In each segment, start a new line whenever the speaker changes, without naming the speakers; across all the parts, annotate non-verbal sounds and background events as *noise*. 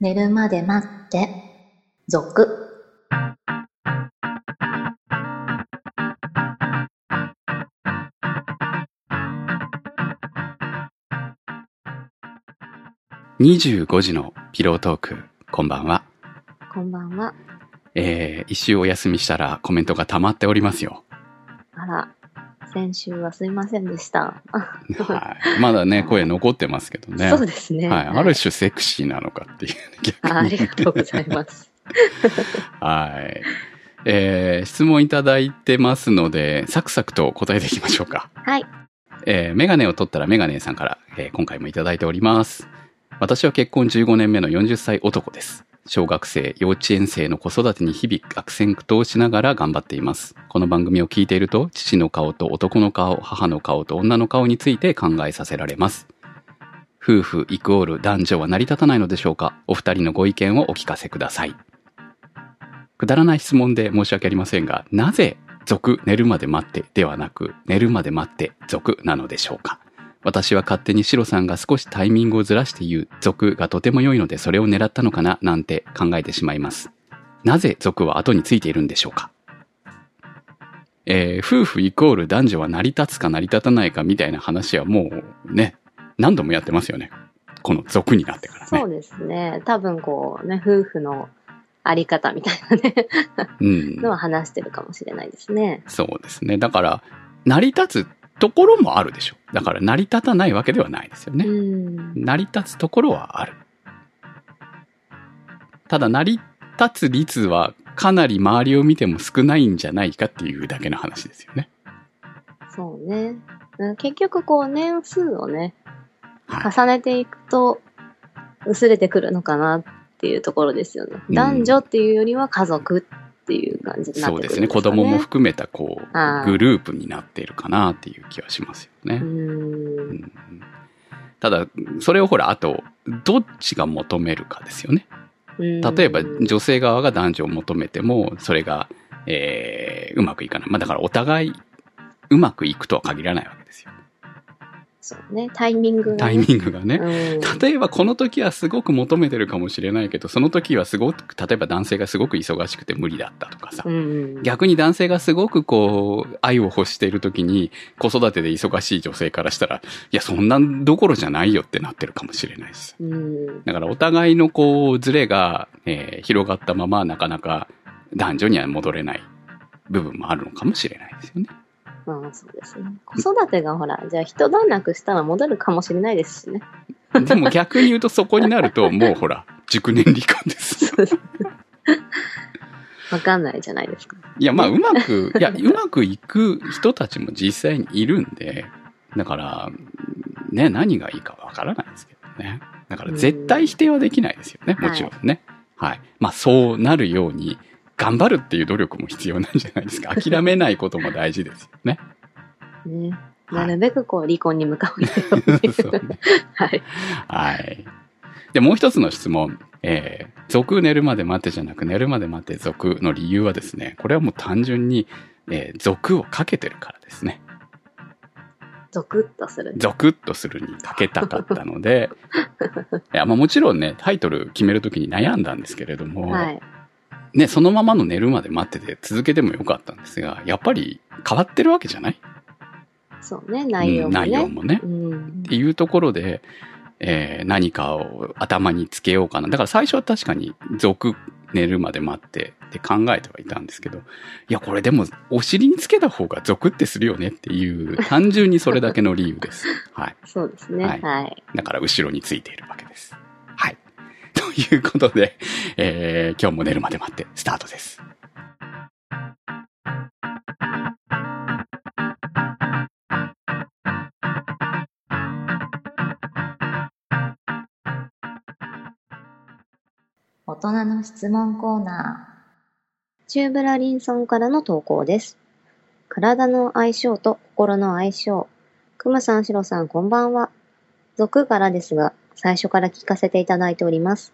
寝るまで待って、続。
25時のピロートーク、こんばんは。
こんばんは。
えー、一周お休みしたらコメントが溜まっておりますよ。
あら、先週はすいませんでした。あ
はい。まだね、声残ってますけどね。
そうですね。
はい。ある種セクシーなのかっていう
*laughs*
ね、逆に。
あありがとうござい
*laughs*
ます。
はい。えー、質問いただいてますので、サクサクと答えていきましょうか。
はい。
えーメガネを取ったらメガネさんから、えー今回もいただいております。私は結婚15年目の40歳男です。小学生、幼稚園生の子育てに日々悪戦苦闘しながら頑張っています。この番組を聞いていると、父の顔と男の顔、母の顔と女の顔について考えさせられます。夫婦イコール男女は成り立たないのでしょうかお二人のご意見をお聞かせください。くだらない質問で申し訳ありませんが、なぜ続寝るまで待ってではなく寝るまで待って続なのでしょうか私は勝手にシロさんが少しタイミングをずらして言う続がとても良いのでそれを狙ったのかななんて考えてしまいますなぜ続は後についているんでしょうかえー夫婦イコール男女は成り立つか成り立たないかみたいな話はもうね何度もやってますよねこの続になってからね
そうですね。多分こうね、夫婦のあり方みたいなね、
うん
のは話してるかもしれないですね。
そうですね。だから、成り立つところもあるでしょ。だから、成り立たないわけではないですよ
う
ね。
ん。
成り立つところはある。ただ、成り立つ率は、かなり周りを見ても少ないんじゃないかっていうだけの話ですよね。
そうね。うん結局こう年数をね、
はい。
重ねていくと薄れてくるのかなっていうところですよね。
うん
男女っていうよりは家族っていう感じになっ
そう
てくるん
ですね。
ですかね。
子供も含めた、こ
あー
う、グループになっているかなっていう気はしますよね。
う。
うんんただ、それをほら、あと、どっちが求めるかですよね。
うん
例えば女性側が男女を求めてもそれが、えーうまくいかない、まあ、だからお互いうまくいくとは限らないわけですよ
そうね、タイミングが
タイ
ね、
ミングがね、
うん
例えばこの時はすごく求めてるかもしれないけどその時はすごく例えば男性がすごく忙しくて無理だったとかさ、
うん。
逆に男性がすごくこう愛を欲している時に子育てで忙しい女性からしたらいやそんなんどころじゃないよってなってるかもしれないし
うん。
だからお互いのこう、ズレが、えー広がったまま、なかなか男女には戻れない部分もあるのかもしれないですよ
*laughs*
ね。
まあそうですね。子育てがほら、じゃあ一段落したら戻るかもしれないですしね。 *laughs*
でも逆に言うとそこになると、もうほら、熟年離婚です。
わかんないじゃないですか。
いや、まあ、うまく、いや、うまくいく人たちも実際にいるんで、だから、ね、何がいいかわからないですけどね。だから絶対否定はできないですよね、
うん
もちろんね。はい。まあ、そうなるように、頑張るっていう努力も必要なんじゃないですか。諦めないことも大事ですよね。
ね。
はい
なるべくこう離婚に向かわないよう
そう
に。はい。
はい。で、もう一つの質問。えー、続寝るまで待ってじゃなく、寝るまで待って続の理由はですね、これはもう単純に、えー、続をかけてるからですね。
ゾクッとする。
ゾクッとするにかけたかったので、いや、まあもちろんね、タイトル決めるときに悩んだんですけれども、
はい。
ね、そのままの寝るまで待ってて続けてもよかったんですが、やっぱり変わってるわけじゃない
そうね、内容
うん
も
内容
ね。
もね。
うん
っていうところで、えー何かを頭につけようかな。だから最初は確かに続寝るまで待ってって考えてはいたんですけど、いや、これでもお尻につけた方が続ってするよねっていう、単純にそれだけの理由です。はい。
そうですね。
は
はいい。
だから後ろについているわけです。はい。ということで、えー今日も寝るまで待ってスタートです。
大人の質問コーナー。チューブラリンさんからの投稿です。体の相性と心の相性。くまさん、しろさん、こんばんは。俗からですが、最初から聞かせていただいております。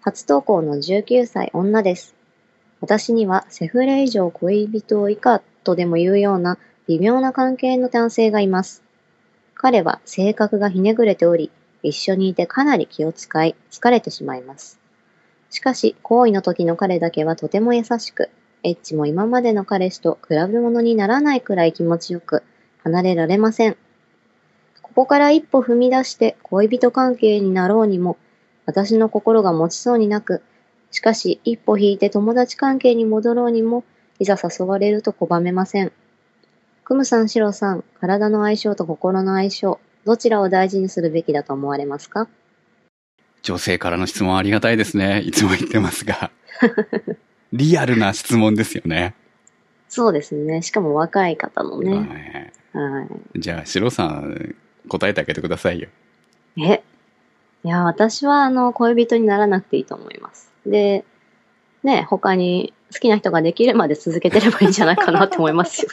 初投稿の19歳女です。私にはセフレ以上恋人以下とでも言うような微妙な関係の男性がいます。彼は性格がひねぐれており、一緒にいてかなり気を使い、疲れてしまいます。しかし、行為の時の彼だけはとても優しく、エッチも今までの彼氏と比べ物にならないくらい気持ちよく、離れられません。ここから一歩踏み出して恋人関係になろうにも、私の心が持ちそうになく、しかし一歩引いて友達関係に戻ろうにも、いざ誘われると拒めません。クムさん、シロさん、体の相性と心の相性、どちらを大事にするべきだと思われますか
女性からの質問ありがたいですね。いつも言ってますが。リアルな質問ですよね。
そうですね。しかも若い方のね。
ね
は
じゃあ、シロさん、答えてあげてくださいよ。
い。えいや、私は、あの、恋人にならなくていいと思います。で、ね、他に好きな人ができるまで続けてればいいんじゃないかなって思いますよ。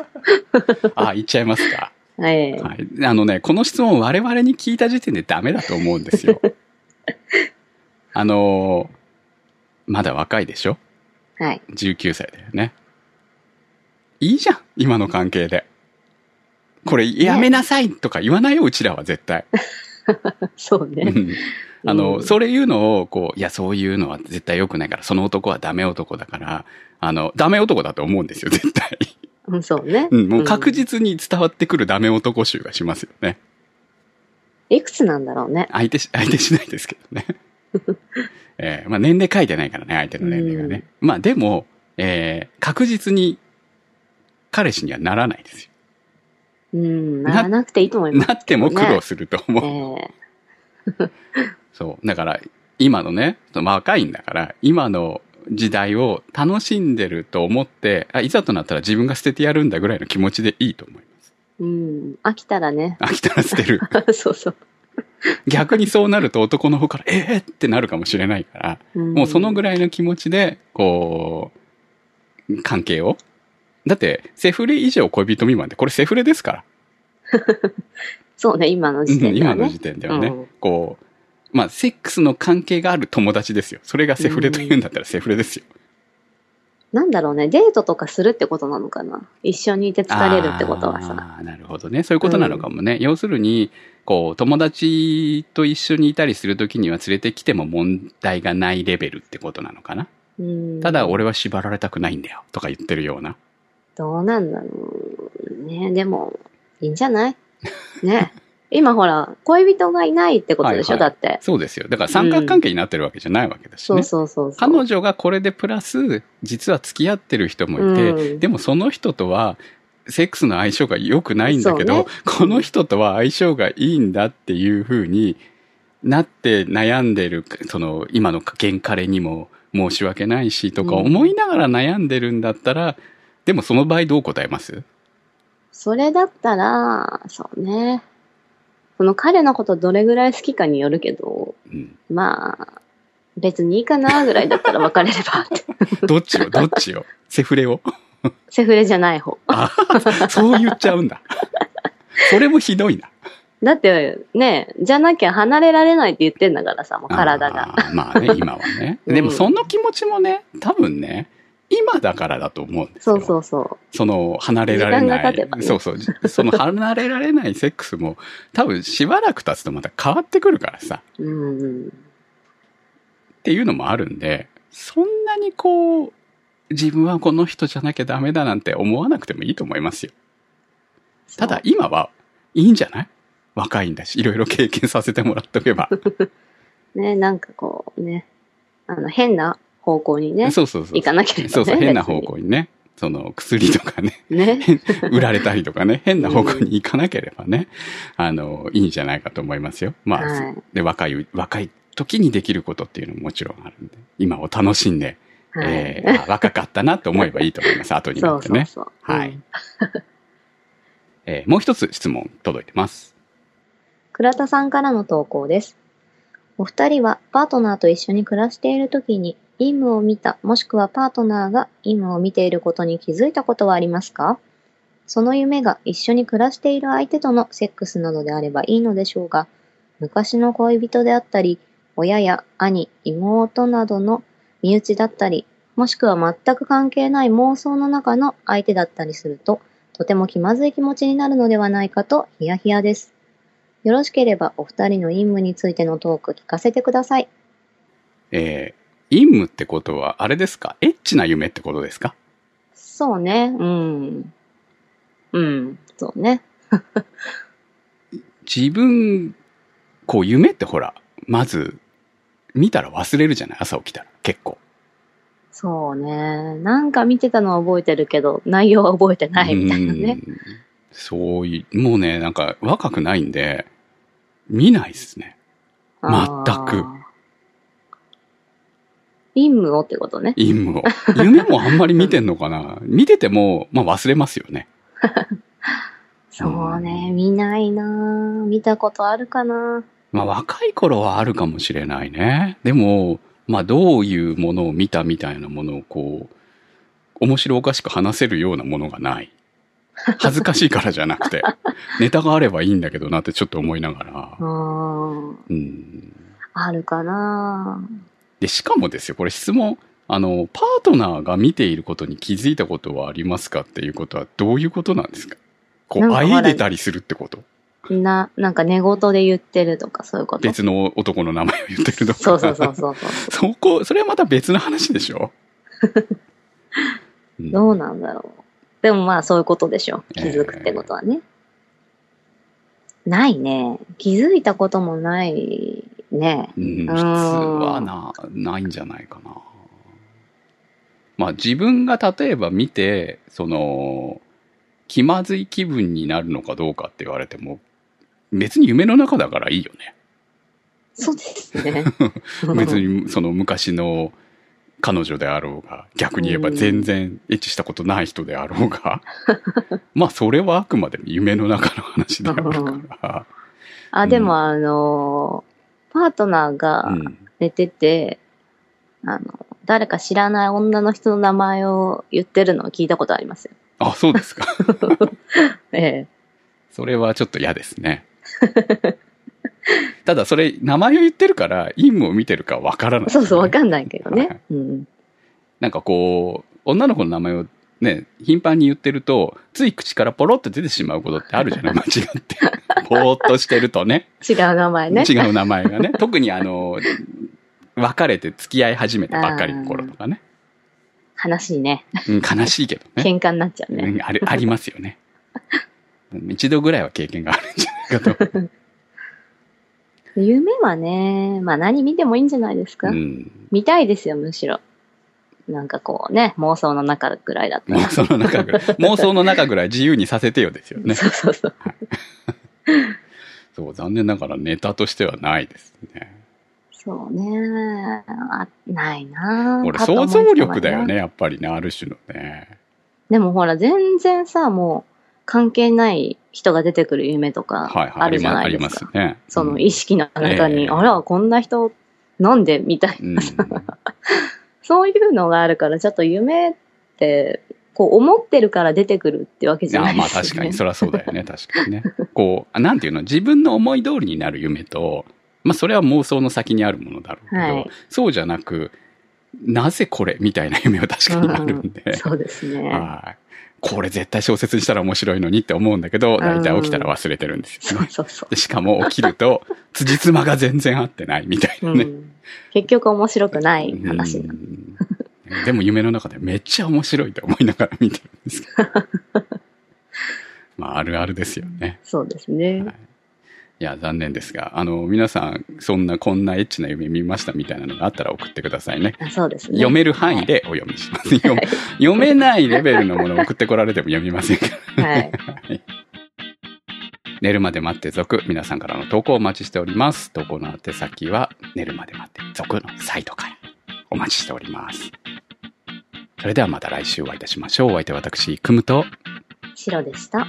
*laughs* あ、言っちゃいますか。
*laughs* はい。
はい。あのね、この質問我々に聞いた時点でダメだと思うんで
*laughs*
すよ。あのーまだ若いでしょ
はい。
?19 歳だよね。いいじゃん今の関係で。これやめなさいとか言わないよ、うちらは絶対。
そうね。
あ
う
の、
ん
それ言うのを、こう、いや、そういうのは絶対良くないから、その男はダメ男だから、あの、ダメ男だと思うんですよ、絶対。
うん、そうね。
うん、もう確実に伝わってくるダメ男臭がしますよね。
いくつなんだろうね。
相手し、相手しないですけどね。 *laughs* えーまあ年齢書いてないからね、相手の年齢がね。まあでも、えー確実に彼氏にはならないですよ。
うん、ならなくていいと思います。
なっても苦労すると思う。
ええ
そう。だから、今のね、その若いんだから、今の時代を楽しんでると思って、あ、いざとなったら自分が捨ててやるんだぐらいの気持ちでいいと思います。
うん、飽きたらね。 *laughs*
飽きたら捨てる。
そうそう。
逆にそうなると男の方から、えー、ってなるかもしれないから、もうそのぐ
らい。
らいの気持ちで、こう、関係を。だって、セフレ以上恋人未満で、これセフレですから。
そうね、今の
う
時
ん
点で
今
はね。
の時点ではね、
うん
こう、まあ、セックスの関係がある友達ですよ。それがセフレというんだったらセフレですよ。
なんだろうね、デートとかするってことなのかな。一緒にいて疲れるってことはさ。
あーなるほどね。そういうことなのかもね。要するに、こう、友達と一緒にいたりするときには連れてきても問題がないレベルってことなのかな。
うん
ただ、、俺は縛られたくないんだよ。とか言ってるような。
どうなんだろう。ね、でも、いいんじゃないね。 *laughs* 今ほら、恋人がいないってことでしょ、
はいは
だって。
そうですよ。だから三角関係になってるわけじゃないわけだし
そ
ね
う。そうそうそう。
彼女がこれでプラス、実は付き合ってる人もいて、
うん
でもその人とは、セックスの相性が良くないんだけど、
そうね
この人とは相性がいいんだっていう風になって悩んでる、その、今の現彼にも申し訳ないしとか
うん
思いながら悩んでるんだったら、でもその場合どう答えます
それだったら、そうね。その彼のことどれぐらい好きかによるけど、
うん
まあ、別にいいかなぐらいだったら別れれば
*laughs*
って。
どっちを、どっちを、セフレを。 *laughs*
セフレじゃない方。
あ、そう言っちゃうんだ。それもひどいな。
だって、ね、じゃなきゃ離れられないって言ってんだからさ、もう体が。
あー。まあね、今はね。
*laughs* うん
でもその気持ちもね、多分ね、今だからだと思うんです
そ
よ。
うそうそ
その、離れられ
時間
な
が
い
経てば。ね
そうそう。じその離れられない *laughs* セックスも、多分しばらく経つとまた変わってくるからさ、
う。うんうん。
っていうのもあるんで、そんなにこう、自分はこの人じゃなきゃダメだなんて思わなくてもいいと思いますよ。ただ
そう、
今はいいんじゃない若いんだし、いろいろ経験させてもらっとけば。
ね、なんかこう、ね、あの、変な方向にね、
そうそうそう。
行かなければね。
そうそう、変な
別に
方向にね。その薬とかね、
ね。
売られたりとかね、変な方向に行かなければね、あの、いいんじゃないかと思いますよ。まあ、
はい
で、若い、若い時にできることっていうのももちろんあるんで、今を楽しんで、
はい
えーあ若かったなと思えばいいと思い
*laughs*
ます、後に
そ
なっ
う
て
そう
ね。
そう。
は
う
い
ん。
えーもう一つ質問届いてます。
倉田さんからの投稿です。お二人はパートナーと一緒に暮らしているときに、イムを見た、もしくはパートナーがイムを見ていることに気づいたことはありますかその夢が一緒に暮らしている相手とのセックスなどであればいいのでしょうが、昔の恋人であったり、親や兄、妹などの身内だったり、もしくは全く関係ない妄想の中の相手だったりすると、とても気まずい気持ちになるのではないかとヒヤヒヤです。よろしければお二人の任務についてのトーク聞かせてください。
えー陰夢ってことは、あれですかエッチな夢ってことですか
そうね。うん。うん。そうね。
自分、こう夢ってほら、まず、見たら忘れるじゃない朝起きたら。結構。
そうね。なんか見てたのは覚えてるけど、内容は覚えてないみたいなね。
うん。そういう、もうね、なんか若くないんで、見ないっすね。うん
あー
全く。
陰夢をってことね。
陰夢
*laughs*
を。夢もあんまり見てんのかな見てても、まあ忘れますよね。
そうね。見ないなぁ見たことあるかな
まあ若い頃はあるかもしれないね。でも、まあどういうものを見たみたいなものをこう、面白おかしく話せるようなものがない。恥ずかしいからじゃなく
*laughs*
て、ネタがあればいいんだけどなってちょっと思いながら。
うん。
うん。
あるかな
で、しかもですよ、これ質問。あの、パートナーが見ていることに気づいたことはありますかっていうことはどういうことなんですかこ
なん
う、
か
あいでたりするってこと
な、なんか寝言で言ってるとかそういうこと。
別の男の名前を言ってるとか。
*laughs* そうそうそうそうそう。
そこ、それはまた別の話で
*laughs*
しょうん
どうなんだろう。でもまあそういうことでしょ。気づくってことはね。ないね。気づいたこともないね。
うん、普通はな、ないんじゃないかな。まあ自分が例えば見て、その、気まずい気分になるのかどうかって言われても、別に夢の中だからいいよね。
そうですね。
*laughs* 別にその昔の彼女であろうが、逆に言えば全然エッチしたことない人であろうが、 *laughs* まあそれはあくまでも夢の中の話であるから。
あ、でもあのーパートナー
う
が
ん
寝てて、あの、誰か知らない女の人の名前を言ってるのを聞いたことありますよ。
あ、そうですか。 *laughs*
ええ。
それはちょっと嫌ですね。 *laughs* ただそれ、名前を言ってるから、陰夢を見てるかわからない、
そうそう、わ
ん
かんないけどね。うん。
なんかこう、女の子の名前をね、頻繁に言ってると、つい口からポロッと出てしまうことってあるじ
*laughs*
ゃない間違って。ぼーっとしてるとね。
違う名前ね。
違う名前
*laughs*
がね。特にあの、別れて付き合い始めたばっかりの頃とかね。
悲しいね。
うん悲しいけどね。
喧嘩になっちゃうね。
うんあるありますよね。一度ぐらいは経験があるんじゃないかと。
夢はね、まあ何見てもいいんじゃないですか、
うん
見たいですよ、むしろ。なんかこうね、妄想の中ぐらいだった
妄
ら。
想の中ぐらい、妄想の中ぐらい自由にさせてよですよね。
そうそうそう。
そう、残念ながらネタとしてはないですね。
そうね。あ、ないなぁ
俺、
パッと思
想
いつかない
像力だよね、やっぱりね、ある種のね。
でもほら、全然さ、もう、関係ない人が出てくる夢とか
はい、、
あ
はい、
るじゃ
あ
ない
り
で
ますす
か。
ね。
その
うん、
意識の中に、
ええ
あら、こんな人、なんでみたいな。
うん
そういうのがあるから、ちょっと夢って、こう、思ってるから出てくるってわけ
い
じゃな
や
いで
ますあ
よね。
確かに、そりゃそうだよね、確かにね。こうあ、なんていうの、自分の思い通りになる夢と、まあそれは妄想の先にあるものだろうけど、
はい
そうじゃなく、なぜこれみたいな夢は確かにあるんで。
そうですね。
はい。これ絶対小説にしたら面白いのにって思うんだけど、
ん
大体起きたら忘れてるんです
そ
よ
う
ね。
そうそ。
でしかも起きると、辻褄が全然合ってないみたいうな
う
ね。
ん、結局面白くない話になる。
うんでも夢の中でめっちゃ面白いと思いながら見てるんですけど。 *laughs* まあ、あるあるですよね。
そうですね。
はいいや、残念ですが、あの、皆さん、そんなこんなエッチな夢見ましたみたいなのがあったら送ってくださいね。
あそうですね。
読める範囲でお読みします。読め読めないレベルのものを送ってこられても読みませんから。
はい。
寝るまで待って続皆さんからの投稿をお待ちしております投稿の宛先は寝るまで待って続のサイトからお待ちしておりますそれではまた来週お会いいたしましょうお相手は私クムと
白でした。